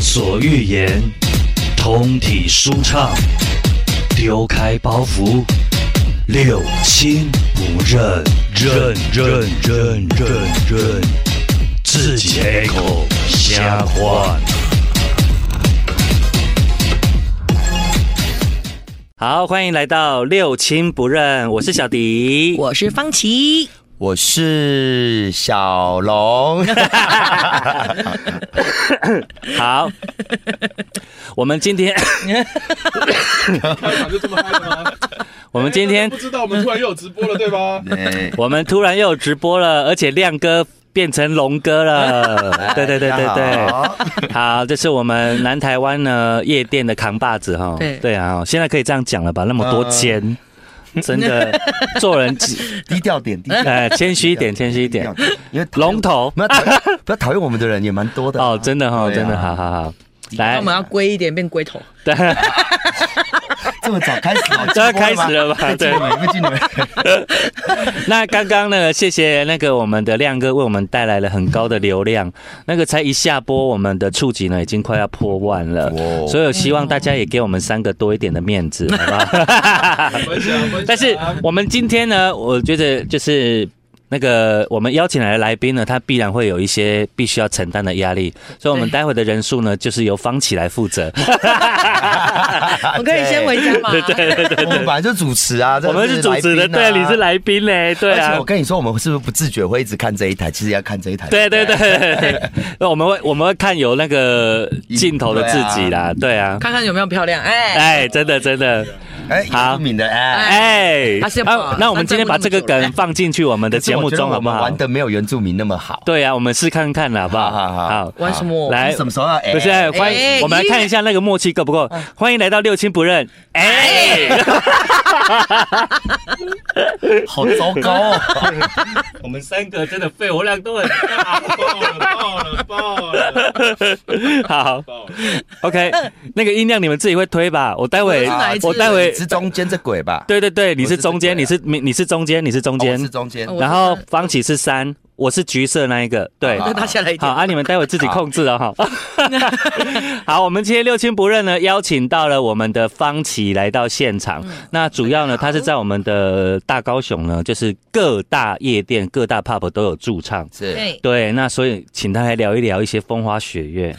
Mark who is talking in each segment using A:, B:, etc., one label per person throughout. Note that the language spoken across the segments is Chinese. A: 所欲言，通体舒畅，丢开包袱，六亲不认，认认认认认，自己开口瞎话。
B: 好，欢迎来到六亲不认，我是小迪。
C: 我是方琦，
D: 我是小 龙，
B: 好，我们今天，
E: 开场就这么嗨的吗？
B: 我们今天
E: 不，知道我们突然又有直播了，对吧？
D: 哎
B: 我们突然又有直播了，而且亮哥变成龙哥了。对对对对对，
D: 哎好
B: 好，这是我们南台湾呢夜店的扛把子哈。
C: 对
B: 对啊，现在可以这样讲了吧？那么多间。
D: 呃
B: 真 的，做人
D: 低调点，低调
B: 呃谦虚一点，谦虚一点
D: 低调。点，因为讨厌
B: 龙头
D: 不要讨厌，不要讨厌我们的人也蛮多的啊
B: 哦，真的哈，
D: 对啊
B: 真的，好好好，来
C: 那我，们要龟一点变龟头，
B: 对，
D: 这么早开始 哦，
B: 这要开始了吧？
D: 进
B: 对
D: 门，吗， 进门，进门，
B: 那刚刚呢，谢谢那个我们的亮哥为我们带来了很高的流量，那个才一下播，我们的触及呢已经快要破万了，
D: 哇
B: 所以我希望大家也给我们三个多一点的面子，好 不好？
E: 分享分享。
B: 但是我们今天呢，我觉得就是那个我们邀请来的来宾呢，他必然会有一些必须要承担的压力，所以我们
C: 对
B: 待会的人数呢，就是由方琦来 负责。啊
C: 我可以先回家吗？对对，
D: 我们本来就主持啊，这
B: 我们是主持的，
D: 来宾啊
B: 对，你是。来宾嘞，对
D: 而
B: 啊
D: 且我。跟你说，我们是不是不自觉会一直看这一台？其实要看这一台。
B: 对对对对对，那 我们会我们会看有那个镜头的自己啦，对啊，
C: 看看有没有漂亮，哎，
B: 哎，真的真的，
D: 哎，
B: 好
D: 好敏的哎，
B: 哎
C: 他是，
B: 啊那我们今天把这个梗放进去我们的节目
D: 可是我觉
B: 中
D: 得
B: 好
D: 我
B: 不
D: 们
B: 好
D: 玩？的没有原住民那么好。
B: 对啊，我们试看看啦好不好？
D: 好好好
C: 玩什么？
B: 来
D: 你什么时候要？哎
B: 不是欢
C: 哎
B: 迎，我们来看一下那个默契够不够？欢迎来到六亲不认，哎，
D: 好糟糕 哦！
B: 我们三个真的肺活量都很
E: 爆了爆了爆了
B: 好
E: 爆了！
B: ，OK，那个音量你们自己会推吧，我待会
C: 是哪一只
B: 哎我待会
D: 你是中间这鬼吧？
B: 对对对，你是
D: 我是
B: 中间，你
D: 这
B: 是你你是中间，你是中
D: 哦，我
B: 间
D: 是，中间
C: 哦。我
B: 然后方琦是三，我是橘色那一个，对。
C: 那他下来一
B: 好
C: 点，
B: 啊，你们待会自己控制哦，哈。 好，我们今天六亲不认呢，邀请到了我们的方琦来到现场。
C: 嗯
B: 那主要呢，他是在我们的大高雄呢，就是各大夜店、各大 pub 都有驻唱。
D: 是
C: 对，
B: 对，那所以请他来聊一聊一些风花雪月。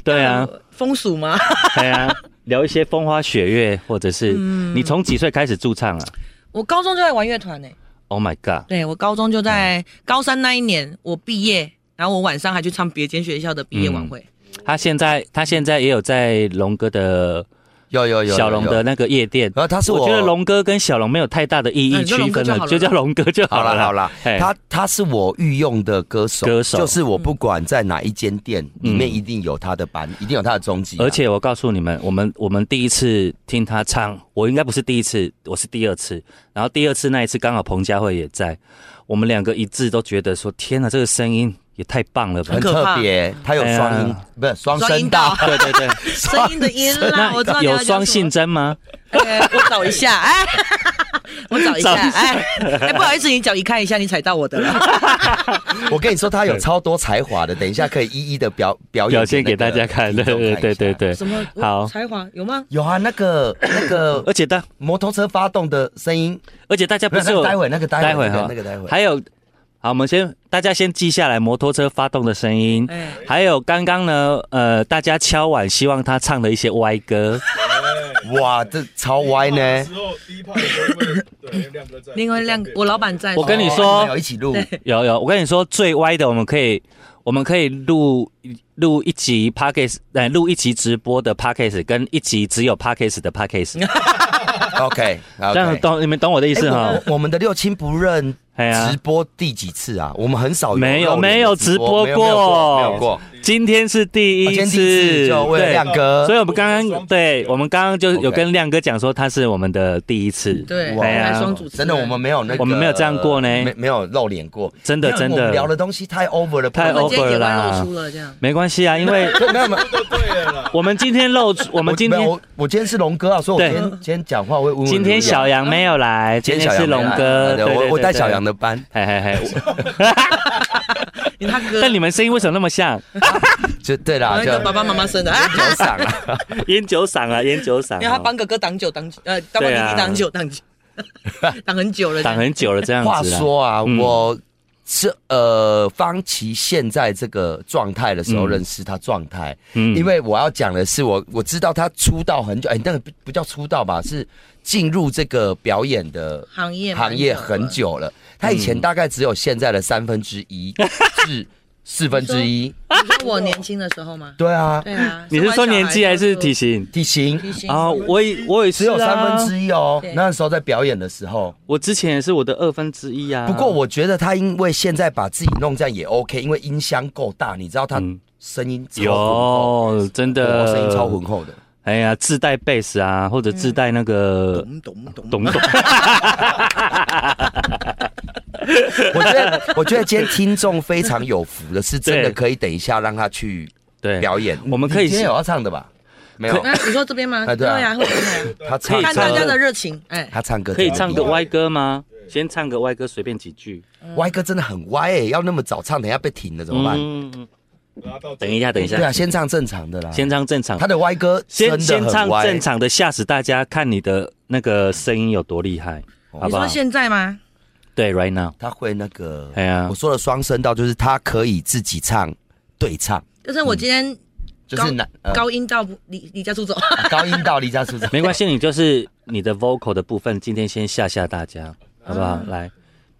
B: 对啊，
C: 呃，风俗吗？
B: 对啊，聊一些风花雪月，或者是
C: 嗯
B: 你从几岁开始驻唱啊？
C: 我高中就在玩乐团呢，
B: Oh my god！
C: 对我高中就在高三那一年，我毕业，然后我晚上还去唱别间学校的毕业晚会，
B: 他现在他现在也有在龙哥的
D: 有有有
B: 小龙
D: 有
B: 的那个夜店。
D: 然后他是我哎
B: 觉得龙哥跟小龙没有太大的意义
C: 嗯
B: 区分了，
C: 就
B: 就叫龙哥就好
D: 好
B: 了
D: 了
B: 啦。
D: 好了，
B: 嘿
D: 他他是我御用的歌手，
B: 歌手
D: 就是我不管在哪一间店里面，
B: 嗯
D: 一定有他的班，一定有他的踪迹啊。
B: 而且我告诉你们，我们我们第一次听他唱，我应该不是第一次，我是第二次。然后第二次那一次刚好彭佳慧也在，我们两个一致都觉得说：天哪，这个声音也太棒了吧
D: 很！
C: 可
D: 特
C: 怕
D: 别，他有双音
B: 哎，
D: 不是双
C: 双
D: 声
C: 音
D: 道
C: 道，
B: 对 对对，
C: 声音的音 啦，我知道
B: 那
C: 你要讲什么
B: 有双性，征吗？
C: 哎我找一下，哎。 我找一下，
B: 找一下
C: 哎，哎，不好意思，你脚一看一下，你踩到我的了。
D: 我跟你说，他有超多才华的，等一下可以一一的表表演
B: 表现给大家看，对
D: 那个
B: 对
D: 听众一
B: 对对。
D: 下
B: 对。
C: 什么？
B: 好
C: 才华有吗？
D: 有啊，那个那个
B: 而且大，
D: 摩托车发动的声音，
B: 而且大家不
D: 不是
B: 是
D: 那
B: 有
D: 个待会那个待
B: 待会
D: 会
B: 哈
D: 那个待会，
B: 还有，好，我们先大家先记下来摩托车发动的声音，
C: 哎，
B: 还有刚刚呢，呃，大家敲碗希望他唱的一些歪 歌，
D: 哇，这超歪呢
E: 时。候第一趴的时候会对亮哥在，
C: 另外两，我老板在。
B: 我跟你说
D: 哦们有一 起录，
B: 有有，我跟你说最歪的，我们可以我们可以录录一集 p a c k a s e 呃，录一集直播的 p a c k a s e 跟一集只有 p a c k a s e 的 p a c k a s e
D: OK，
B: 这样懂你们懂我的意思哈
D: 哎我？我我们的六亲不认
B: 哎呀
D: 直播第几次啊？我们很少
B: 没有
D: 露脸
B: 没有直播
D: 没有没有
B: 过
D: 没有过。啊
B: 今天是第
D: 哦今
B: 一
D: 天第
B: 次，
D: 一次就为了
B: 对
D: 亮哥，
B: 所以我们刚刚对，我们刚刚就有
D: OK
B: 跟亮哥讲说他是我们的第一次，
C: 对，
D: 哇
C: 我们还双主持人
D: 真的我们没有那个，呃
B: 我们没有这样过呢
D: 没没有露脸过，
B: 真的
D: 因为
B: 真
D: 我们
B: 的
D: 聊的东西太 over 了，
B: 太
C: 我们今
B: over
C: 天野
B: 了哎啦
C: 外露出了这样。
B: 没关系啊，因为
D: 对没有没有。
E: 就对了啦。
B: 我们今天 露出，我
D: 我
B: 们今
D: 没有
B: 天
D: 我我今天是龙哥啊，所以我
B: 对
D: 今天今天讲话会温文儒雅
B: 今天小杨没有来，今天
D: 小
B: 是
D: 杨没
B: 龙
D: 来啊
B: 哥，
D: 对
B: 对
D: 我我带小。
B: 对对
D: 杨的班，
B: 嘿嘿嘿，我
C: 他哥，
B: 但你们声音为什么那么像？
D: 就对啦，
C: 那
D: 就
C: 个爸爸妈妈生的，
D: 酒嗓啊。
B: 烟酒嗓啊，烟酒嗓哦，
C: 因为他帮哥哥挡酒挡酒，呃，他帮弟
B: 对啊
C: 弟挡酒挡酒， 挡很久了。
B: 挡 很久了这样子
D: 话
B: 啦。
D: 说啊，
B: 嗯
D: 我是呃方琦现在这个状态的时候
B: 嗯
D: 认识他状态，
B: 嗯
D: 因为我要讲的是我我知道他出道很久，哎，那个不不叫出道吧，是进入这个表演的
C: 行业蛮
D: 行业
C: 了
D: 很，久
B: 嗯
D: 了。他以前大概只有现在的三分之 一至四分之一，
C: 你说我年轻的时候 吗？
D: 对啊，
C: 对啊，
B: 你是说年纪还是体
C: 体
B: 型？
D: 体型
C: 型啊
B: 啊，我也我也
D: 只
B: 是
D: 有三分
B: 一，
D: 之一哦
C: 对。
D: 那时候在表演的时候，
B: 我之前也是我的二分之一啊。
D: 不过我觉得他因为现在把自己弄这样也 OK，因为音箱够大，你知道他
B: 嗯
D: 声音超浑厚，
B: 有真的
D: 我声音超浑厚的。
B: 哎呀，自带贝斯啊，或者自带那个
C: 懂懂懂
B: 懂 懂，
D: 我觉得， 我觉得今天听众非常有福的，是真的
B: 对
D: 可以等一下让他去
B: 对，
D: 表演。
B: 我们可以
D: 你今天有要唱的吧？没有，
C: 那你说这边吗？
D: 哎对啊
C: 呀，会这
D: 他唱
B: 可以
C: 样看
D: 歌，
C: 大家的热情，哎，
D: 他唱歌
B: 可以唱
D: 真
B: 个
D: 的
B: 歪歌吗？先唱个歪歌，随便几句。
D: 厉害歪歌，真的很歪哎，要那么早唱，等一下被停了怎么办？
B: 嗯，
E: 拉到
B: 等一下，等一
D: 对啊，
B: 下，
D: 先唱正常的啦。
B: 先唱正常
D: 他。的歪歌
B: 先
D: 真的
B: 先
D: 很
B: 唱
D: 歪
B: 正，常的，吓死大家，看你的那个声音有多厉害，好
C: 你
D: 哦
B: 不好
C: 说？现在吗？
B: 对，right now，
D: 他会那个。
B: 哎呀
D: 我，说的双声道就是他可以自己唱对唱，
C: 就是
B: 嗯
C: 我今天
D: 就是
C: 高
D: 男呃
C: 高音到不离离家出走，
D: 高音到离家 出走。
B: 没关系，你就是你的 vocal 的部分，今天先吓吓大家，好不
D: 嗯
B: 好？来，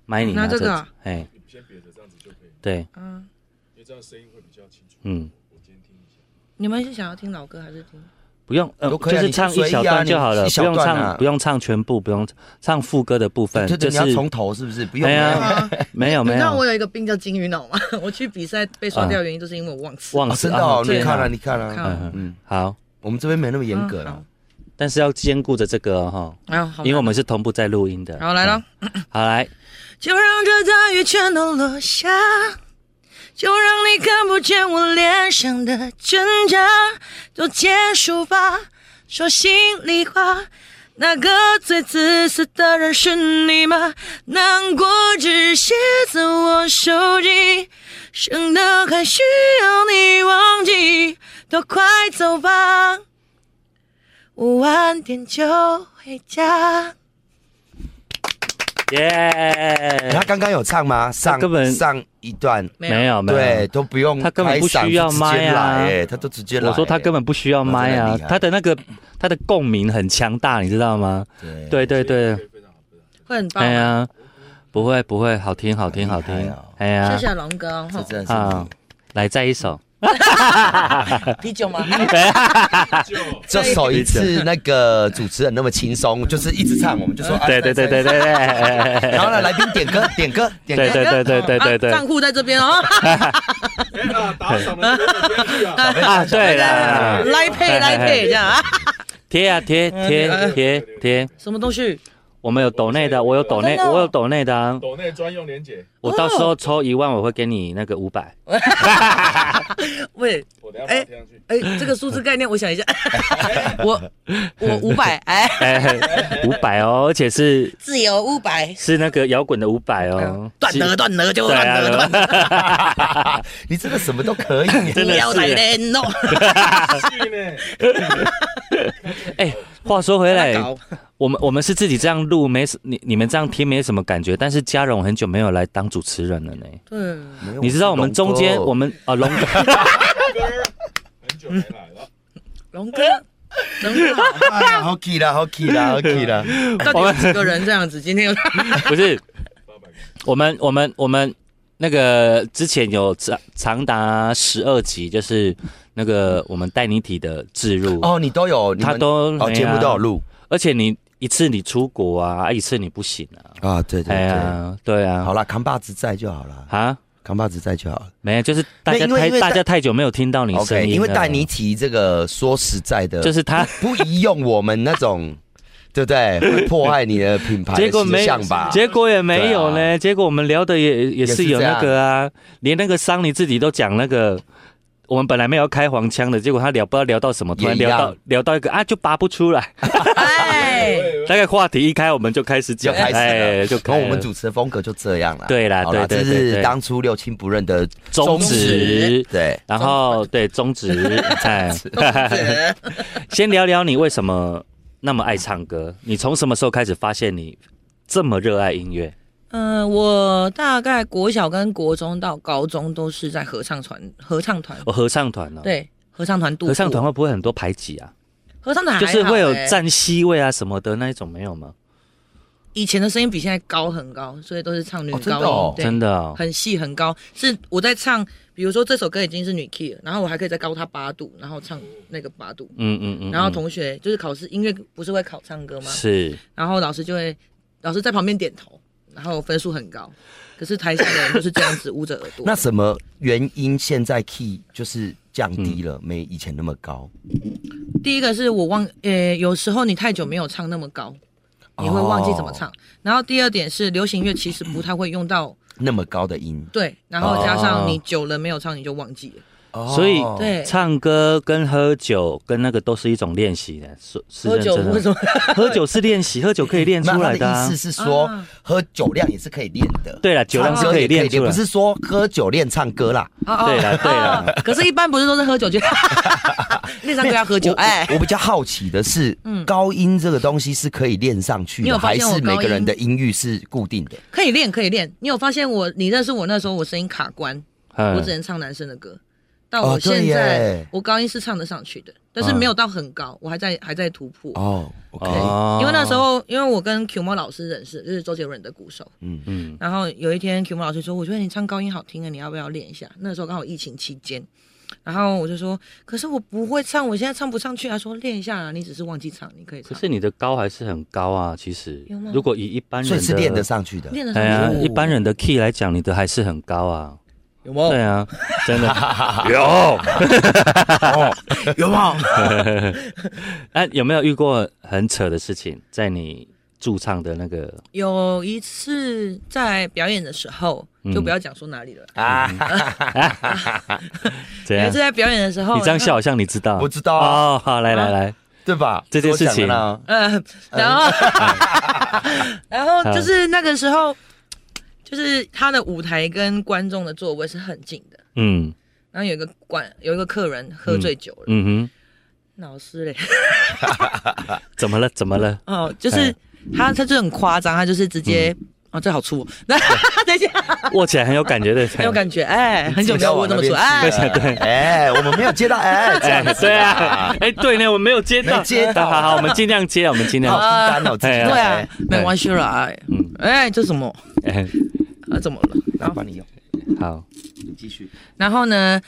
B: 麦你
C: 拿
B: 拿
C: 这
B: 这
C: 个
B: 个
C: 啊，
B: 哎，
E: 先别着这样子就可以，
B: 对，
C: 嗯，
E: 因为这样声音会比较清楚。
B: 嗯，
E: 我今天听一下，
C: 你们是想要听老歌还是听？
B: 不用，呃
D: 都可以
B: 就
D: 啊
B: 是
D: 你
B: 唱
D: 随
B: 一
D: 意
B: 小
D: 啊
B: 段
D: 你
B: 就好了
D: 一，
B: 不
D: 小
B: 用
D: 段啊
B: 唱，不用唱全部，不用唱副歌的部分，
D: 对对，
B: 就
D: 你要
B: 是
D: 从头是不是？不用啊
B: 哎呀，没有
C: 你
B: 没
C: 知道我
B: 有，
C: 有一个病叫金鱼脑吗？ 我去比赛被刷掉的原因就是因为我忘词。
B: 忘
D: 哦
B: 词
D: 真的哦，你
B: 天啊
D: 看了，你看
C: 看
D: 了，
C: 了
B: 嗯嗯
D: 嗯，
B: 好，
D: 我们这边没那么严格
C: 嗯
D: 了
C: 好。
B: 但是要兼顾着这个哦哈、
C: 哎呦，好
B: 因为我们是同步在录音的。
C: 好来了，
B: 嗯，好来，
C: 就让这大雨全都落下，就让你看不见我脸上的挣扎，都结束吧，说心里话。那个最自私的人是你吗？难过只写在我手机，省得还需要你忘记，都快走吧，我晚点就回家。
B: 耶、
D: 哎他刚刚有唱吗？上
B: 根本
D: 上一段，
B: 没有没有，
D: 对，都不用
B: 他
D: 开嗓，
B: 根本不需要麦啊
D: 直接来哎，他都直接来。哦
B: 我说他根本不需要
D: 哇真的
B: 麦啊
D: 很厉，害
B: 他的那个他的共鸣很强大，你知道吗？
D: 本，
B: 对对对，
E: 非常好，
C: 会
E: 非常好。
C: 很棒啊
B: 哎呀，不会不会，好听好听
D: 很
B: 好
D: 厉害
B: 听
D: 哦，
B: 哎呀，
C: 谢谢龙哥哦，
D: 这
C: 吼
D: 真的
B: 啊
D: 是，
B: 来再一首，
C: 啤酒吗？
E: 就
D: 这首一次那个主持人那么轻松，就是一直唱，我们就说啊
B: 对对对对。
D: 在在
B: 对对，
D: 然后 呢，来宾点歌，点歌，点
B: 对
D: 歌。
B: 对对对对对对
C: 啊账户在这边哦，
E: 哎呀，打赏的时候不要去啊！
B: 啊对啦，
C: 来配来配这样哎啊，
B: 贴啊贴贴贴贴，
C: 什么东西？
B: 我们有抖内的，我有抖内，
C: 真的哦
B: 我有抖内的啊，
E: 抖内专用连结，
B: 我到时候抽一万，我会给你那个 五百，
C: 喂，
E: 我等一下把它贴上去。
C: 哎，这个数字概念，我想一 下，我我五百，哎，
B: 哎，五百哦，而且是
C: 自由五百，
B: 是那个摇滚的五百哦，
C: 哎断
B: 是
C: 了断了就
B: 对
C: 断了
B: 啊
C: 断了，
D: 你真的什么都可以，
B: 真的
C: 不要
B: 啊是
C: 来联络，
E: 去呢？
B: 哎，话说回 来，
C: 搞
B: 我们我们是自己这样录，没什你你们这样听没什么感觉，但是嘉荣很久没有来当主持人了呢。
C: 对，
D: 没有
B: 你知道我们中间我们啊龙哥，
E: 歌儿很久没来了，
C: 龙哥，龙哥 好，
D: 哎呀好 key 啦，好 key 啦，好 key 啦。
C: 到底有几个人这样子？今 天有
B: 不是
E: 八百个。
B: 我们我们我们那个之前有长长达十二集，就是那个我们带你体的置入，
D: 哦，你都有，你们
B: 他都
D: 哦
B: 没啊
D: 节目都有录
B: 而且你一次你出国啊，一次你不行啊，
D: 啊，对对
B: 哎
D: 对。
B: 呀，对啊，
D: 好啦，扛把子在就好啦，
B: 啊，
D: 扛把子在就好了。
B: 没有，就是大家
D: 没因为因
B: 太
D: 为
B: 大
D: 带
B: 家太久没有听到你声
D: OK，
B: 音了，
D: 因为带你提这个，说实在的，
B: 就是他。
D: 不宜用我们那种， 对不对？会破坏你的品牌
B: 结
D: 的
B: 果
D: 形
B: 没
D: 象吧？
B: 结果也没
D: 对
B: 有
D: 啊
B: 呢。结果我们聊的也也是
D: 也是
B: 有
D: 这样
B: 那个啊，连那个桑尼自己都讲那个，我们本来没有要开黄腔的，结果他聊不知道聊到什么，突然
D: 也一
B: 聊
D: 样
B: 到聊到一个啊，就拔不出来。
C: 哎，
E: 喂
B: 大概话题一开，我们就开始
D: 就
B: 讲，哎
D: 开始了，
B: 就
D: 然
B: 开
D: 后
B: 了。
D: 我们主持的风格就这样了。
B: 对啦
D: 好啦，
B: 对对
D: 这
B: 对
D: 是
B: 对
D: 当初六亲不认的
B: 宗旨，
D: 对，
B: 然后对 宗旨，哎，
C: 对
B: 先聊聊你为什么那么爱唱歌？你从什么时候开始发现你这么热爱音乐？
C: 嗯、我大概国小跟国中到高中都是在合唱团，合唱团
B: 我合唱团呢、，
C: 对合唱团度过
B: 哦合唱团，会不会很多排挤啊？
C: 合唱团还
B: 就
C: 好
B: 是会有
C: 欸
B: 站 C 位啊什么的那一种没有吗？
C: 以前的声音比现在高很高，所以都是唱女
D: 哦真的
C: 高音，
D: 哦
C: 对
B: 真的哦，
C: 很细很高。是我在唱，比如说这首歌已经是女 key 了，然后我还可以再高它八度，然后唱那个八度。
B: 嗯嗯嗯，
C: 然后
B: 嗯
C: 同学就是考试音乐不是会考唱歌吗？
B: 是
C: 然后老师就会，老师在旁边点头，然后分数很高，可是台下的人就是这样子捂着耳朵。
D: 那什么原因现在 key 就是降低
B: 嗯
D: 了，没以前那么高？
C: 第一个是我忘，呃，有时候你太久没有唱那么高，你会忘记怎么
B: 哦
C: 唱。然后第二点是流行乐其实不太会用到
D: 那么高的音，
C: 对，然后加
B: 哦
C: 上你久了没有唱你就忘记了，
B: 所以
D: 哦
C: 对，
B: 唱歌跟喝酒跟那个都是一种练习的，是哦是
C: 喝
B: 认
C: 酒
B: 真
C: 为
B: 的。
C: 什么？
B: 喝酒是练习，喝酒可以练
D: 那
B: 出
D: 他
B: 来
D: 的
B: 的、啊
D: 意思。是说
C: 啊
D: 喝酒量也是可以练的，
B: 对了，酒量
D: 唱
B: 是
D: 歌
B: 可以
D: 也
B: 练出来
D: 不。是说喝酒练唱歌啦。
B: 对啦对啦
C: 哦 可是，一般不是都是喝酒就 练唱歌要喝酒？
D: 我
C: 哎，
D: 我比较好奇的是，
B: 嗯
D: 高音这个东西是可以练上去
C: 你
D: 的，
C: 有发
D: 还
C: 现我
D: 是每
C: 高
D: 个
C: 音
D: 人的音域是固定的？
C: 可以练，可以练。你有发现我？你认识我那时候，我声音卡关，
B: 嗯
C: 我只能唱男生的歌。到
D: 哦
C: 我现
D: 对
C: 在
D: 耶，
C: 我高音是唱得上去的，但
B: 嗯
C: 是没有到很高，我还在还在突破。
D: 哦，OK，
B: 哦
C: 因为那时候，因为我跟 Q 猫老师认识，就是周杰伦的鼓手。
D: 嗯
B: 嗯，
C: 然后有一天，Q 猫老师说：“我觉得你唱高音好听啊，你要不要练一下？”那时候刚好疫情期间，然后我就说：“可是我不会唱，我现在唱不上去。”他说：“练一下啊，你只是忘记唱，你可以
B: 可
C: 唱。”
B: 是你的高还是很高啊，其实
C: 有吗
B: 如果以一般人
D: 所以
B: 的
D: 是练得上去的。
C: 练得上
B: 哎
C: 去
B: 呀，
C: 哦
B: 一般人的 key 来讲，你的还是很高啊。
C: 有没有
B: 对啊，真的
D: 有，有吗？
B: 那有没有遇过很扯的事情，在你驻唱的那个？
C: 有一次在表演的时候，就不要讲说哪里了，
B: 嗯
D: 啊，
C: 有哦
B: 怎样
C: 一次？在表演的时候，
B: 你这样笑，好像你知道。
D: 我知道啊，
B: 哦，好，来来来，
D: 对吧？
B: 这件事情
D: 我讲了啦
C: 然
B: 嗯
C: 后，呃， 然后，然后就是那个时候，就是他的舞台跟观众的座位是很近的，
B: 嗯
C: 然后有一个观有一个客人喝醉酒了，
B: 嗯
C: 老师嘞，
B: 哼，怎么了？怎么了？
C: 哦，
B: 哎
C: 就是他他就很夸张，他就是直接。
B: 嗯
C: 哦，这好粗、哦！ 那等一下，
B: 握起来很有感觉的，
C: 很有感觉，哎，很久没有握这么粗，哎，
D: 对， 哎，我们没有接到，哎，这样
B: 哎，
D: 子
B: 对啊，哎，对呢，我没有接到，
D: 没接到
B: 好好，我们尽量接，我们尽量
D: 好孤。单哦，自己
B: 哎
C: 对啊
D: 哎，
C: 没关系啦，哎，
B: 嗯
C: 哎，这什么？
B: 哎
C: 啊，怎么了？
D: 那帮你用，
B: 好，
D: 你继续。
C: 然后呢，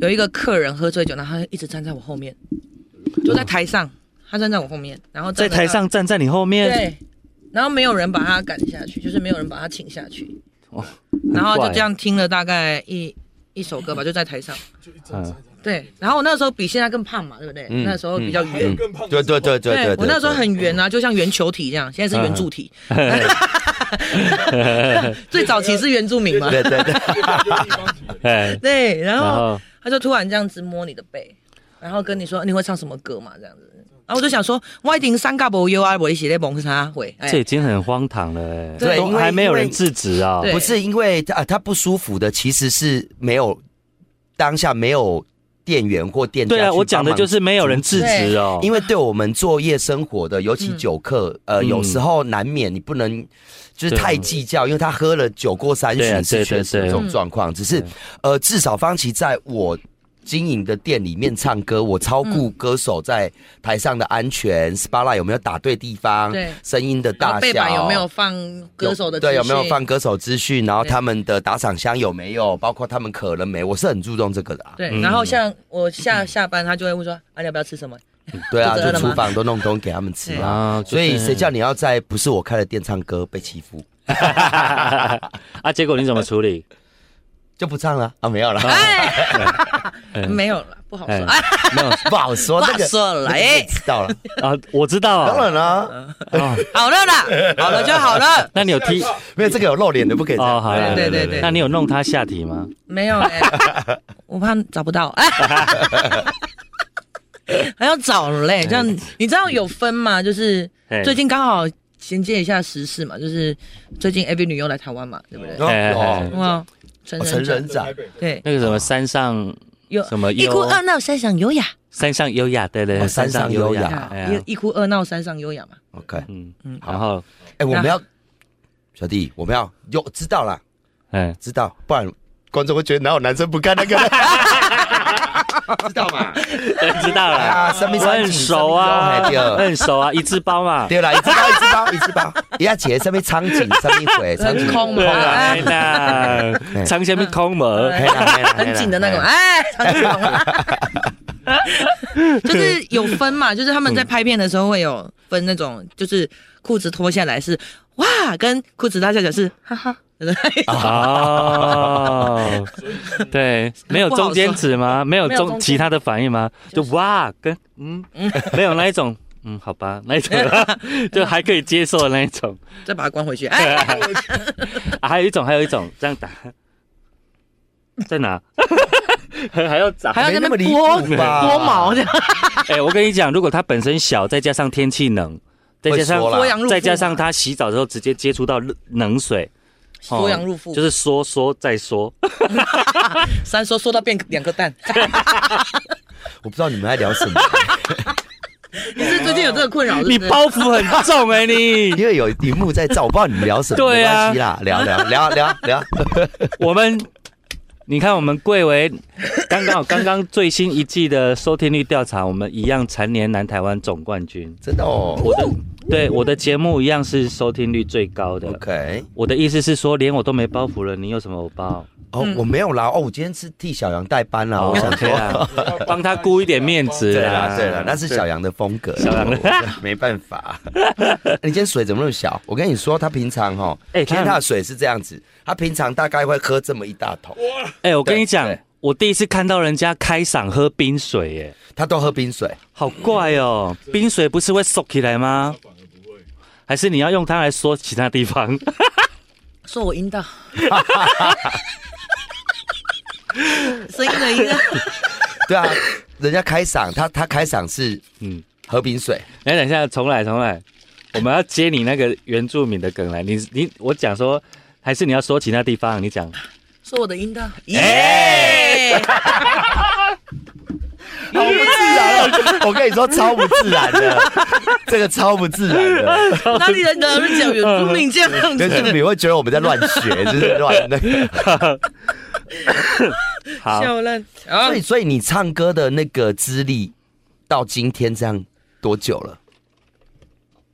C: 有一个客人喝醉酒，然后他一直站在我后面，就在台上，他站在我后面，然后
B: 在
C: 站着
B: 台上站在你后面，
C: 啊对，然后没有人把他赶下去，就是没有人把他请下去，
B: 哦
C: 然后
B: 很
C: 就
B: 怪
C: 这样听了大概一一首歌吧，就在台上。
E: 就一
B: 嗯
E: 张张，
C: 对，然后我那时候比现在更胖嘛，对不对？
D: 嗯
C: 那时候比较
E: 还
C: 圆。
E: 有更胖的
D: 对
E: 时候，
D: 对对对对，
C: 哎我那时候
D: 对嗯
C: 很圆啊，就像圆球体这样，现在是圆柱体。 最早期是原住民嘛？
D: 对对对，
E: 对，立方体的
B: 哎，
C: 对，然
B: 然
C: 后
B: 后
C: 他就突然这样子摸你的背，然后跟你说你会唱什么歌嘛，这样子。然后我就想说，我一定三嘎无忧啊，我一起在蒙啥会。哎
B: 这已经很荒唐了，哎，
D: 对
B: 都
D: 因为
B: 还没有人制止啊。
C: 对
D: 不是因为他啊他不舒服的，其实是没有当下没有店员或店家
B: 对
D: 去
B: 啊，
D: 帮
B: 我讲的
D: 忙
B: 就是没有人制止哦。
D: 因
B: 为
D: 为对我们作业生活的，尤其酒客，呃，
B: 嗯
D: 有时候难免你不能就是
B: 对啊
D: 太计较，因为他喝了酒过三
B: 对啊
D: 巡是
B: 对
D: 确
B: 对嗯
D: 实有这种
C: 对
D: 状况。只是呃，至少方琦在我经营的店里面唱歌，我超顾
B: 嗯
D: 歌手在台上的安全，SPA 有没有打对地方
C: 对，
D: 声音的
C: 然后
D: 大
C: 背
D: 小
C: 板有没有放歌手的
D: 对有没有
C: 资讯
D: 放歌手资讯，然后
C: 对
D: 他们的打赏箱有没有，包括他们渴了没，我是很注重这个的、啊。
C: 对，然后像我下下班，他就会问说：“啊，你要不要吃什么
D: 对啊，
C: 肚子饿
D: 就
C: 了吗
D: 厨房都弄东西给他们吃
C: 对
D: 啊。
B: 啊，
D: 所以谁叫你要在不是 我开的店唱歌被欺负，
B: 啊？结果你怎么处理？
D: 就不唱了啊？没有了，？”嗯
B: 哎
C: 没有了，不好说。
B: 哎
C: 哎，
D: 没有不好说，
C: 不好
D: 那个
C: 说了
D: 那个
C: 哎
D: 你知道了，
B: 啊，我知道
D: 当
B: 啊。
D: 然啦，
B: 啊
C: 好了 啦，好了就好了。
B: 那你有踢？
D: 没有这个有露脸的不可以这
B: 哦，
D: 样。
B: 好了，
C: 对对对
B: 那你有弄他下体吗？
C: 没有哎，我怕找不到 哎。
D: 哎
C: 还要找嘞，这样你知道有分吗？就是
B: 嘿
C: 最近刚好衔接一下时事嘛，就是最近 AV 女优来台湾嘛，对不对？
D: 有
B: 哎
D: 有
B: 哎
C: 哇，成
D: 哦成人展
E: 台北
C: 对，
B: 那个什么山上
C: 有
B: 什么
C: 一
B: 优
C: 哭啊二闹三上优雅，啊
B: 山上优雅，对对对，
D: 哦山上优雅
B: 哎呀
C: 一一哭二闹三上优雅嘛。
D: ，OK，
B: 嗯
C: 嗯，
B: 然后
D: 哎，我们要小弟，我们要有知道啦，
B: 哎，
D: 知道，不然观众会觉得哪有男生不看那个，知道嘛？
B: 对知道
D: 哎
B: 了，
D: 呀，生命
B: 我
D: 三
B: 很
D: 井
B: 熟
D: 生
B: 啊，
D: 命中
B: 我
D: 哎
B: 很熟啊，一字包嘛，
D: 对对啦，一只包一只包一只包，一下姐生命苍井，生命 鬼，苍井
C: 很空嘛
B: 对啦，哎那
D: 哎
B: 长线被空门，
D: 嘿啦 嘿啦嘿啦
C: 很紧的那种，
D: 嘿啦
C: 哎，长颈龙，就是有分嘛，就是他们在拍片的时候会有分那种，就是裤子脱下来是哇，跟裤子拉下来是哈哈，
B: 哦，对，没有中间值吗？没有
C: 没有中
B: 中
C: 间
B: 其他的反应吗？就哇，跟嗯，没有那一种，嗯，好吧，那一种就还可以接受的那一种。
C: 再把它关回去，哎，
B: 啊还有一种，还有一种这样打，在哪？ 还还要打？
C: 还要在那边
D: 没那么
C: 拨
D: 离谱吧
C: 拨毛这样，
B: 哎、我跟你讲，如果它本身小，再加上天气冷，再加上
D: 会缩啦
C: 缩阳入腹嘛
B: 再加上它洗澡之后直接接触到热冷水，哦
C: 缩阳入腹，
B: 就是是缩缩再缩。
C: 三缩缩到变两个蛋。
D: 我不知道你们在聊 什么，
C: 你是最近有这个困扰？是不
B: 你
C: 是
B: 包袱很重哎、你。
D: 因为有荧幕在照，我不知道你们聊什么，
B: 对啊
D: 没关系啦，聊聊聊聊 聊，
B: 我们，你看，我们贵为刚刚刚刚最新一季的收听率调查，我们一样蝉联南台湾总冠军。
D: 真的哦
C: 嗯
B: 我的对我的节目一样是收听率最高的。
D: ，OK，
B: 我的意思是说，连我都没包袱了，你有什么我包？
D: 哦，
C: 嗯
D: 我没有啦，哦，我今天是替小杨代班啦，
C: 哦
D: 我想
B: 可以
D: 说。
B: 啦，帮他顾一点面子
C: 啊
D: 对
B: 啦
D: 啦，。对啦，那是小杨的风格，
B: 小杨的
D: 的 没办 法。哎你今天水怎么那么小？我跟你说，他平常哈，
B: 哎
D: 哎，
B: 他
D: 今天他的水是这样子，他平常大概会喝这么一大桶，
B: 哎、我跟你讲
D: 对对，
B: 我第一次看到人家开嗓喝冰水、哎耶，
D: 他都喝冰 水。
B: 好怪哦、冰水不是会缩起来吗？还是你要用它来说其他地 方？
C: 说我阴道，声音的音啊，
D: 对啊，人家开嗓，他他开嗓是
B: 嗯
D: 嗯喝冰水，
B: 来，哎等一下，重来，重来，我们要接你那个原住民的梗来。你你，我讲说，还是你要说其他地方？你讲，
C: 说我的阴道，耶！
D: 好不自然哦！ 我跟你说，超不自然 的，这个超不自然的，
C: 哪里人的人讲原住民这样
D: 就是
C: 子？
D: 你会觉得我们在乱学，就是乱那个。
B: 好，
C: 烂啊
D: 所以，！所以你唱歌的那个资历到今天这样多久了？
C: 嗯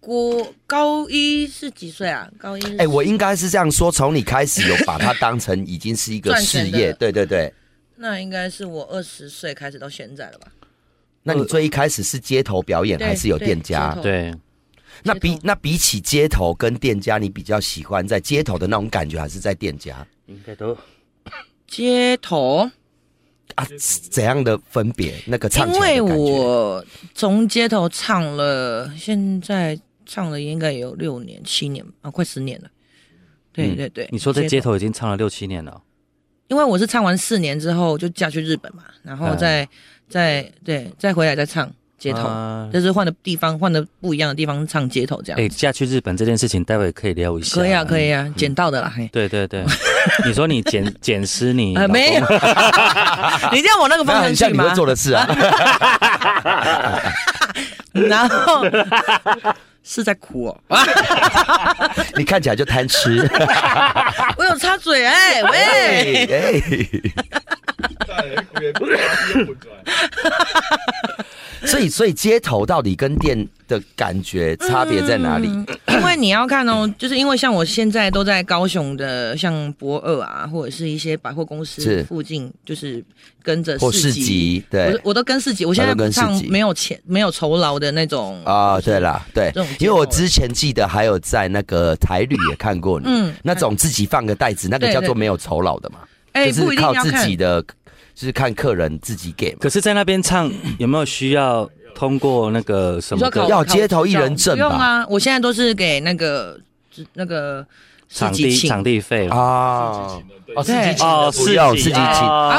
C: 国高一是几岁啊？高一是
D: 哎、我应该是这样说，从你开始有把它当成已经是一个
C: 赚钱
D: 事业，
C: 的
D: 对对对。
C: 那应该是我二十岁开始到现在了吧？
D: 那你最一开始是街头表演
C: 对
D: 还是有店
C: 对
D: 家
C: 街？头
B: 对，
D: 那
C: 街头
D: 比那比起街头跟店家，你比较喜欢在街头的那种感觉，还是在店家
B: 应该都
C: 街头，
D: 啊？怎样的分别？那个唱
C: 因
D: 起来
C: 为
D: 的感觉
C: 我从街头唱了，现在唱了应该也有六年、七年啊，快十年了。对
D: 嗯
C: 对对，
B: 你说在街头已经唱了六七年了，
C: 因为我是唱完四年之后就嫁去日本嘛，然后再、再对再回来再唱街头，
B: 啊
C: 就是换的地方，换的不一样的地方唱街头这样。
B: 哎，嫁去日本这件事情，待会可以聊一下。
C: 嗯可以啊，可以啊，捡到的啦，嘿。
B: 对对 对，你说你捡捡尸你
C: 呃，没 有，你这样往那个
D: 那
C: 方
D: 很
C: 向
D: 像
C: 去
D: 你会
C: 吗？
D: 做的事啊。
C: 然后是在哭哦，啊
D: 你看起来就贪吃。
C: 我有插嘴哎、喂，
D: 哎，
E: 在古园又混出来，
D: 所以所以街头到底跟店的感觉差别在哪里？
C: 因为你要看哦，就是因为像我现在都在高雄的，像博二啊，或者是一些百货公司
D: 是
C: 附近，就是跟着
D: 或
C: 市
D: 市集对
C: 我我都跟市集，我现在
D: 都跟
C: 不唱
D: 市集
C: 没有钱没有酬劳的那种
D: 啊、对啦，对
C: 这种街，头
D: 因为我之前记得还有在那个台旅也看过你，
C: 嗯
D: 那种自己放个袋子，那个
C: 对
D: 叫做
C: 对
D: 没有酬劳的嘛，
C: 哎、
D: 就
C: 不
D: 是
C: 一定
D: 靠
C: 要
D: 自
C: 看
D: 己的，就是看客人自己给嘛。
B: 可是，在那边唱有没有需要通过那个什
C: 你
B: 么
C: 说
B: 的
C: 考
D: 要
C: 考
D: 街头艺人证
C: 不用
D: 吧
C: 啊，我现在都是给那个只那个
B: 场
C: 市集
B: 地
C: 请
B: 场地费？
D: 啊，哦，自己
C: 对
D: 请
B: 哦
D: 的不用，
B: 市
D: 自己
B: 集
D: 请，
B: 啊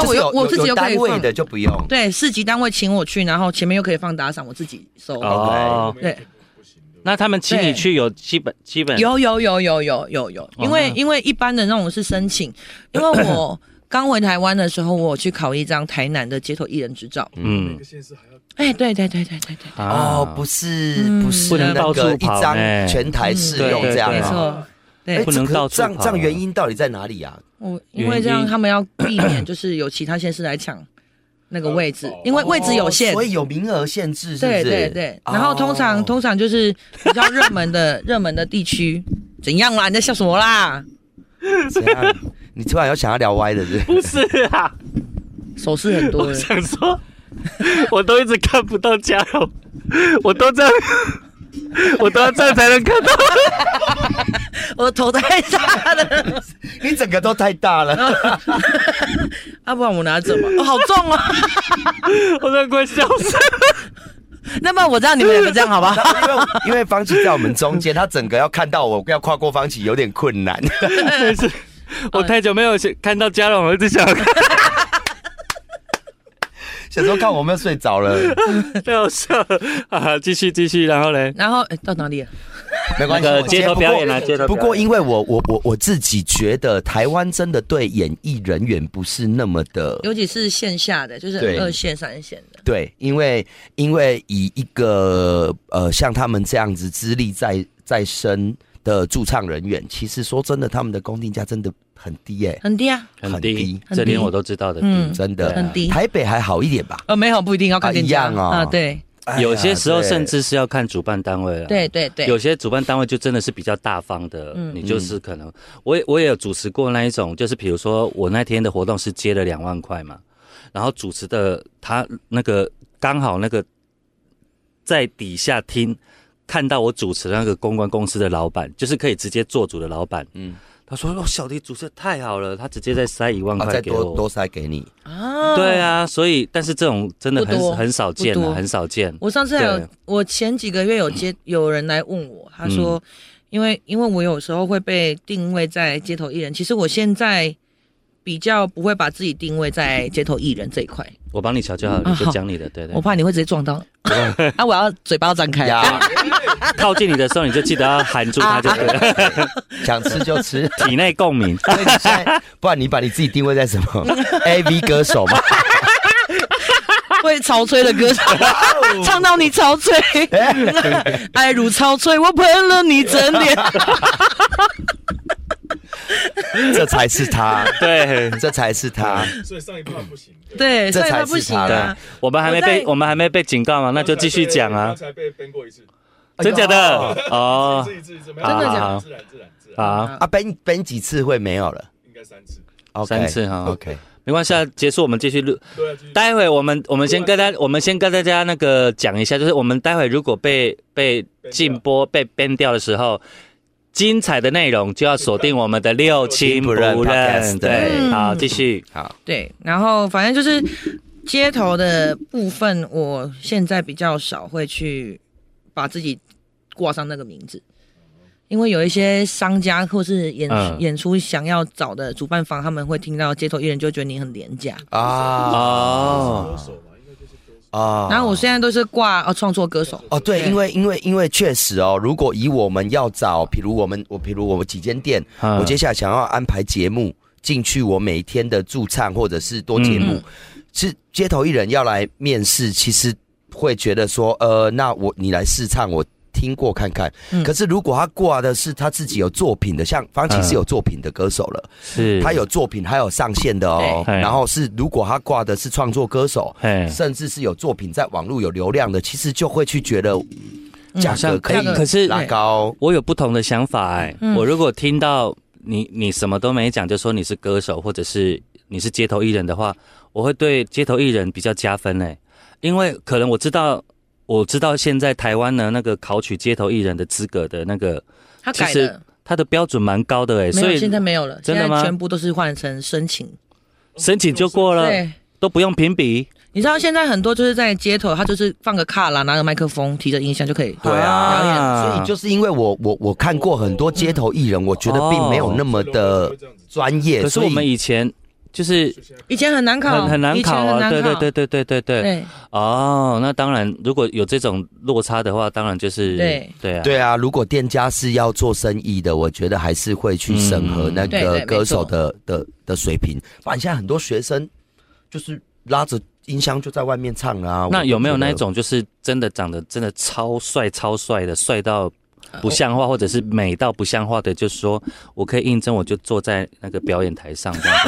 D: 就是
C: 啊我有我自己
D: 有
C: 有可以
D: 单位
C: 放
D: 的就不用。
C: 对市级单位请我去，然后前面又可以放打赏，我自己收。
B: 哦
E: 对
C: 对，
B: 那他们请你
C: 对
B: 去有基本基本
C: 有有有有有有
D: 哦
C: 有，因为
B: 那
C: 因为一般的那种是申请，因为我刚回台湾的时候，我有去考一张台南的街头艺人执照。
E: 每
B: 嗯
E: 个县市还要
C: 哎，对对对对对对，
B: 啊
D: 哦，不是
C: 嗯
D: 不是
B: 不能
D: 那
B: 到
D: 个
B: 处
D: 一
B: 跑
D: 张
B: 哎
D: 全台适用
B: 对
D: 这样
B: 对
C: 没
D: 啊。
C: 错，嗯对
D: 哎
B: 不能
D: 这个
B: 到处
D: 这样
B: 跑哎
D: 这样原因到底在哪里啊？
C: 我
B: 原
C: 因为这样
B: 因
C: 他们要避免就是有其他县市来抢那个位置
E: 哦，
C: 因为位置有限
D: 哦。所以有名额限制，是不
C: 对
D: 是？
C: 对对，然后通常
D: 哦
C: 通常就是比较热门的 热门的地区，怎样啦？你在笑什么啦？
D: 怎样？你突然有想要聊歪的是不是？
B: 不是啊，
C: 手势很多欸
B: 我
C: 的，
B: 想说， 我都一直看不到嘉荣，我都 这样，我都要这样才能看到。
C: 我的头太大了，
D: 你整个都太大了，
C: 啊，不然我拿着吧，哦，好重啊！
B: 我都快笑死了。
C: 那么我让你们两个这样好吧？
D: 因为因为方琦在我们中间，他整个要看到我要跨过方琦有点困难。
B: 没事， 我太久没有看到嘉荣，我一直想看，
D: 想说看我有没有睡着了，
B: 太好笑了 啊！继续继续，然后嘞，
C: 然后哎，到哪里了？
D: 没关系。
B: 那个
D: 我今天
B: 街头
D: 不过
B: 表演啊街头
D: 不
B: 表
D: 过
B: 演
D: 因为我我我我自己觉得台湾真的对演艺人员不是那么的
C: 尤其是线下的，就是
D: 对
C: 二线、三线的，
D: 对，因为因为以一个呃像他们这样子资历在在身的驻唱人员，其实说真的，他们的公定价真的很低耶、
C: 很低啊。
D: 很低
C: 很低
B: 都知道的
C: 嗯
D: 真的
C: 很低
D: 台北还好一点吧？
C: 呃，没有不一定要看店家
D: 啊一样哦
C: 啊，对
D: 哎
B: 有
D: 呀
B: 些时候甚
D: 对
B: 至是要看主办单位了。
C: 对对对，
B: 有些主办单位就真的是比较大方的，
C: 嗯
B: 你就是可能，我也我也有主持过那一种，就是比如说我那天的活动是接了两万块嘛，然后主持的他那个刚好那个在底下听看到我主持的那个公关公司的老板，就是可以直接做主的老板，
D: 嗯，
B: 他说哦小迪主持的太好了，他直接再塞一万
D: 啊，
B: 块
D: 再
B: 给
D: 多
B: 我，
D: 多塞给你。
C: 啊
B: 对。啊，所以但是这种真的
C: 不多
B: 很很少见
C: 不
B: 啊，
C: 多
B: 很少见，
C: 我上次还有
B: 对，
C: 我前几个月有 接有人来问我，他说，
D: 嗯
C: 因为因为我有时候会被定位在街头艺人，其实我现在比较不会把自己定位在街头艺人这一块，
B: 我帮你瞧就好，你
C: 啊
B: 就
C: 好
B: 讲你的，对对
C: 我，怕你会直接撞到。 啊，我要嘴巴要张开。
D: 呀，
B: 靠近你的时候你就记得要含住他就对了。
D: 想吃就吃。
B: 体内共鸣，
D: 所以你现在，不然你把你自己定位在什么 AV 歌手吗？
C: 会潮吹的 歌， 唱到你潮吹，爱如潮吹，我喷了你整 脸。
D: 这才是他，
B: 对。
D: 这才 是他。
E: 所以上一趴不行。
C: 对，
E: 对
D: 这
C: 所以
D: 才
C: 他
D: 是
C: 不行
D: 他
C: 啊
D: 啦。
B: 我们还没
C: 我
B: 被
C: 在
B: 我们还没被警告嘛，那就继续讲啊
E: 刚，才被 ban 过一次，
B: 真假的
E: 哦
B: 哦，
E: 一次一次，真
B: 真的假的
E: 自然自然自然，
B: 好，
D: 啊，奔奔几次会没有了
E: 应该三次。
D: ？OK，
B: 三次哈
D: OK，
B: 没关系，啊，结束我们继续录。
E: 对啊，继续
B: 待会我们我们先跟大我们先跟大家那个讲一下，就是我们待会如果被被禁播被 ban 掉的时候，精彩的内容就要锁定我们的六亲不
D: 六亲不认
B: 认。
D: podcast，
B: 对，
C: 对
B: 好，继续。
D: 好，
C: 对，然后反正就是街头的部分，我现在比较少会去把自己挂上那个名字，因为有一些商家或是演、
B: 嗯
C: 演出想要找的主办方，他们会听到街头艺人就觉得你很廉价。
D: 啊
B: 哦，
E: 手嘛，应该就是歌手。
D: 啊
C: 然后我现在都是挂哦创作歌手，
D: 哦，对，
C: 对
D: 因为因为因为确实哦，如果以我们要找，比如我们我比如我们几间店，
B: 嗯
D: 我接下来想要安排节目进去，我每天的驻唱或者是多节
B: 嗯
D: 目，是街头艺人要来面试，其实会觉得说，呃，那我你来试唱我。听过看看，
C: 嗯
D: 可是如果他挂的是他自己有作品的，像方
B: 嗯
D: 琦是有作品的歌手了，
B: 是
D: 他有作品，还有上线的哦。
B: 对哎
D: 然后是如果他挂的是创作歌手，
B: 嘿
D: 甚至是有作品在网络有流量的，其实就会去觉得价
C: 嗯
B: 好像
D: 格可以
C: 可
B: 可是哎
D: 拉高。
B: 我有不同的想法哎、
C: 嗯
B: 我如果听到你你什么都没讲就说你是歌手或者是你是街头艺人的话，我会对街头艺人比较加分哎、因为可能我知道我知道现在台湾的那个考取街头艺人的资格的那个
C: 他
B: 其
C: 改
B: 实
C: 了，
B: 它的标准蛮高的哎、
C: 没
B: 所
C: 有现
B: 以
C: 在没有了，
B: 真的
C: 现
B: 吗
C: 在全部都是换成申请。
B: 申请就过了，
C: 对，
B: 都不用评比
C: 你知道现在很多就是在街头，他就是放个卡啦，拿个麦克风，提着音箱就可以。
D: 对啊所以就是是因为我我我看过很多街头艺人，我觉得并没有那么的专业，
B: 可是我们
D: 所以
B: 以前就是
C: 以前很难考，
B: 很很难
C: 以前
B: 考
C: 很
B: 啊，
C: 难
B: 对对
C: 考
B: 对对对对对。
C: 对
B: 哦，那当然，如果有这种落差的话，当然就是
C: 对
B: 对啊，
D: 对啊，如果店家是要做生意的，我觉得还是会去审核
B: 嗯
D: 那
C: 对对
D: 个
C: 没
D: 歌手
C: 错
D: 的的的水平。不然现在很多学生就是拉着音箱就在外面唱啊。我
B: 那
D: 都
B: 有没有
D: 觉得
B: 那一？种就是真的长得真的超帅超帅的，帅到不像话，或者是美到不像话的？就是说我可以应征，我就坐在那个表演台上，这样子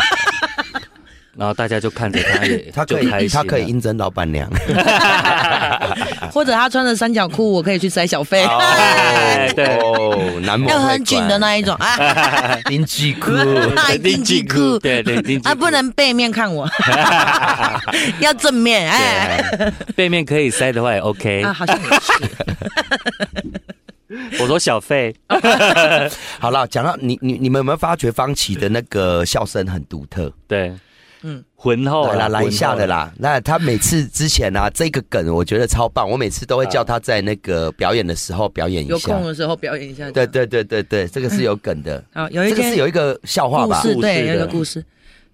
B: 然后大家就看着他也
D: 他
B: 就
D: 可以
B: 开心，
D: 他可以。 应征老板 娘。
C: 或者他穿着三角裤，我可以去塞小费，
B: 哎对
D: 哦，男 模
C: 要很紧的那一种啊，
D: 丁字裤。
C: 一定记裤，
B: 对对，定 制
C: 啊，不能背面看 我，要正面
B: 对
C: 哎。
B: 啊背面可以塞的话也 OK
C: 啊，。好像也是。
B: 我说小费，
D: 好了，讲到你你你们有没有发觉方琦的那个笑声很独特？
B: 对，嗯
C: 嗯，
B: 浑厚
D: 来
B: 哦啦
D: 啦，来一下的。
B: 浑厚
D: 啦。那他每次之前啊，这个梗我觉得超棒，我每次都会叫他在那个表演的时候表演一
C: 有
D: 下
C: 空。的时候表演一下。
D: 对对对对对，这个是有梗的。
C: 好，有
B: 嗯
C: 一
D: 这个
C: 天
D: 是有一个笑话
C: 故
D: 吧？
C: 事，
B: 故事
C: 对，
B: 的
C: 有一个故事。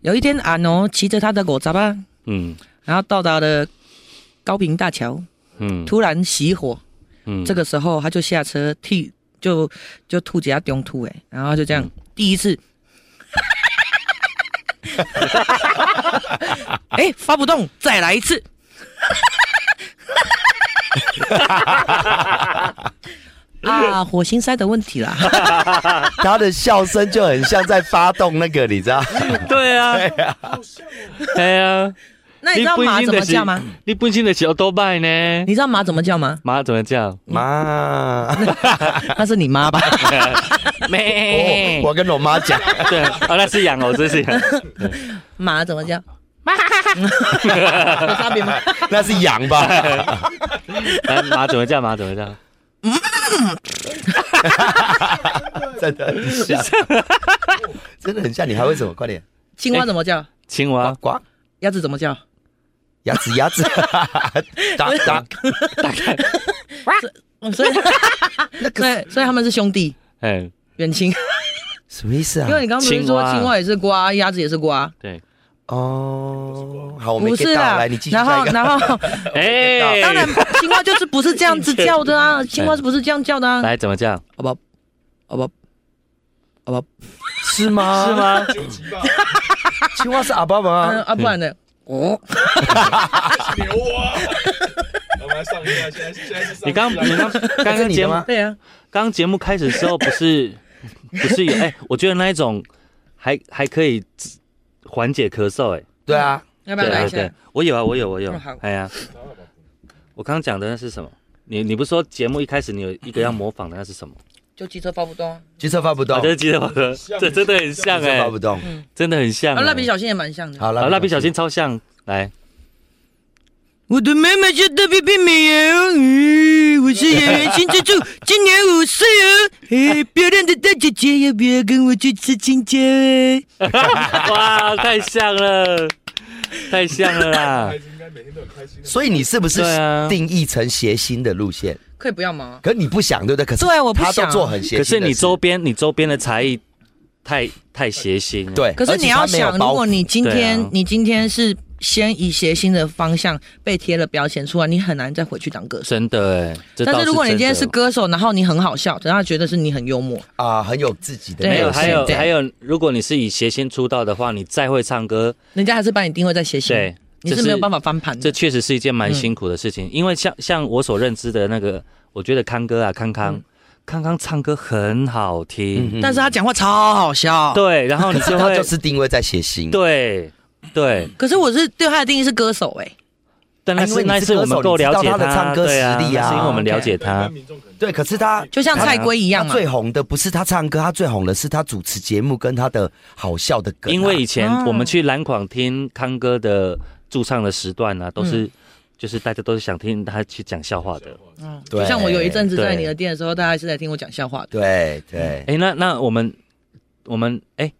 C: 有一天，阿诺骑着他的狗杂巴，
B: 嗯
C: 然后到达了高平大桥，
B: 嗯
C: 突然熄火。
B: 嗯
C: 这个时候，他就下车替就就吐几下中吐哎，然后就这样、
B: 嗯
C: 第一次。 哎、发不动，再来一 次。 啊，火星塞的问题 啦。
D: 他的笑声就很像在发动那个，你知道？
C: 嗯
B: 对啊，对啊，
C: 那你知道马怎么叫吗？？
B: 你本身的小多拜呢？
C: 你知道马怎么叫吗？
B: 马怎么叫？
D: 妈，
C: 那是你 妈吧？
D: 哦我跟我妈讲，
B: 对，哦，那是羊哦，这 是羊。
C: 马怎么 叫？有差别吗？
D: 那是羊吧？
B: 来，哎马怎么叫？马怎么叫？
D: 真的很像， 真的很像。你还会什么？快点，
C: 青蛙怎么叫？
B: 青
D: 呱
C: 啊
B: 蛙，
D: 呱，
C: 鸭子怎么叫？
D: 牙齿牙 齿，哒哒。
C: 嗯 所以，所以，所以他们是兄弟
B: 哎，
C: 远亲，
D: 啊什么意思 啊
C: 因？为你刚刚不是说
B: 青蛙
C: 青蛙也是瓜，鸭子也是瓜，
B: 对，
D: 哦，好，我没
C: 不是
D: get 到，
C: 啦
D: 来，你继。续
C: 然
D: 下
C: 后，
D: 一个。
C: 然后，
B: 哎，
C: 当然，青蛙就是不是这样子叫的 啊，青蛙是不是这样叫的啊？
B: 来怎么叫？
C: 好吧，好吧，好吧，
D: 是吗？
B: 是？吗？
E: 九级吧，
D: 青蛙是阿爸
C: 嗯
D: 吗？
C: 啊，不然呢？哦，
E: 牛啊！我们来上一下，现在现在是上
B: 你刚
E: 一
B: 你
E: 下
B: 刚刚
D: 这是
B: 刚
D: 你
B: 节
D: 的
B: 目
D: 吗
C: 对啊，
B: 刚刚节目开始的时候不是不是有哎，我觉得那一种还还可以缓解咳嗽哎。
D: 对啊，
C: 要不要
B: 对
C: 来一
B: 对
C: 下
B: 对？，我有啊，我有我有
C: 嗯好。
B: 哎呀，我刚刚讲的那是什么？你你不是说节目一开始你有一个要模仿的那是什么？
C: 就机车发不动啊，
D: 机车发不动
B: 我，就记得我的，
E: 像
B: 这真的很像
C: 欸
D: 机车
B: 哎
D: 发，不动。
B: 真的很像
C: 啊，
B: 哎。
C: 蜡笔小新也蛮像的。
D: 嗯好
B: 好，
D: 了，
B: 蜡笔小新超像， 来，
C: 我的妹妹是特别变美人鱼，嗯我是演员新 之助，今年五岁哦。嘿，漂亮的大姐姐，要不要跟我去吃青椒？
B: 哇，太像了，太像了啦
E: 孩！子应该每天都很开心的。
D: 所以你是不是
B: 对啊
D: 定义成谐星的路线？
C: 可以不要啊吗？
D: 可是你不想对不对？可是
C: 对啊我不
D: 他都
C: 想
D: 做很谐星
B: 可
D: 的事，
B: 是你周边你周边的才艺太太邪心了，
D: 对，
C: 可是你要想，如果
D: 你
C: 你今
B: 对
C: 天、
B: 啊
C: 你今天是先以谐星的方向被贴了标签出来，你很难再回去当歌手。
B: 真的哎。这倒
C: 但是如果你今天是
B: 真的
C: 歌手，然后你很好笑，然后觉得是你很幽默，
D: 啊很有自己的
C: 对
B: 没有，
D: 个性
B: 还有
C: 对
B: 还有，如果你是以谐星出道的话，你再会唱歌，
C: 人家还是把你定位在谐星，
B: 对，
C: 你是没有办法翻盘
B: 这
C: 的。
B: 确实是一件蛮辛苦的事情，因为像像我所认知的那个，我觉得康哥啊，康康，康康唱歌很好听，
D: 嗯嗯
C: 但是他讲话超好笑。
B: 对，然后你就
D: 他
B: 会
D: 就是定位在谐星，
B: 对对，
C: 可是我是对他的定义是歌手哎、
B: 但那
D: 因为
B: 是
D: 你
B: 那
D: 是
B: 是
D: 歌
B: 我们
D: 手
B: 够
D: 你知
B: 了
D: 道
B: 解
D: 他的唱歌
B: 对
D: 实力
B: 那
D: 啊
B: 是因为我们了解
E: 一般
B: 他，
E: 民众可能
D: 对可是他
C: 就像
B: 啊
C: 蔡圭一样
D: 他
C: 嘛。
D: 最红的不是他唱歌，他最红的是他主持节目跟他的好笑的梗啊。
B: 因为以前
C: 啊
B: 我们去蓝广听康哥的驻唱的时段啊，都是就是大家都是想听他去讲笑话的。
C: 嗯，
D: 对
C: 就像我有一阵子在
B: 对
C: 你的店的时候，大家是在听我讲笑话的。
D: 对对，
B: 哎，那那我们我们哎，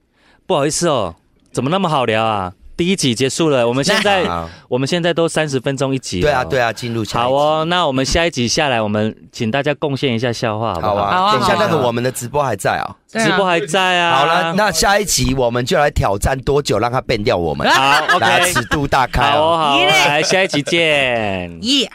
B: 不好意思哦，怎么那么好聊啊？第一集结束了，我们现 在
D: 好
B: 我们现在都三十分钟一集，
D: 对啊，对
B: 啊。
D: 啊，进入下一
B: 好
D: 集，
B: 哦，那我们下一集下来，我们请大家贡献一下笑话，好不
D: 好
B: 好？
C: 好
D: 啊。
C: 啊
D: 等一下
C: 好啊
D: 那个我们的直播还在啊。
C: 对啊
B: 直播还在啊。
D: 好了，那下一集我们就来挑战多久让它
C: 啊
D: 变掉我们，
B: 好
D: 来
B: ，OK，
D: 尺度大开
B: 好
D: 哦
B: 哦，。好哦，
C: 耶
B: 来下一集见。
C: 耶。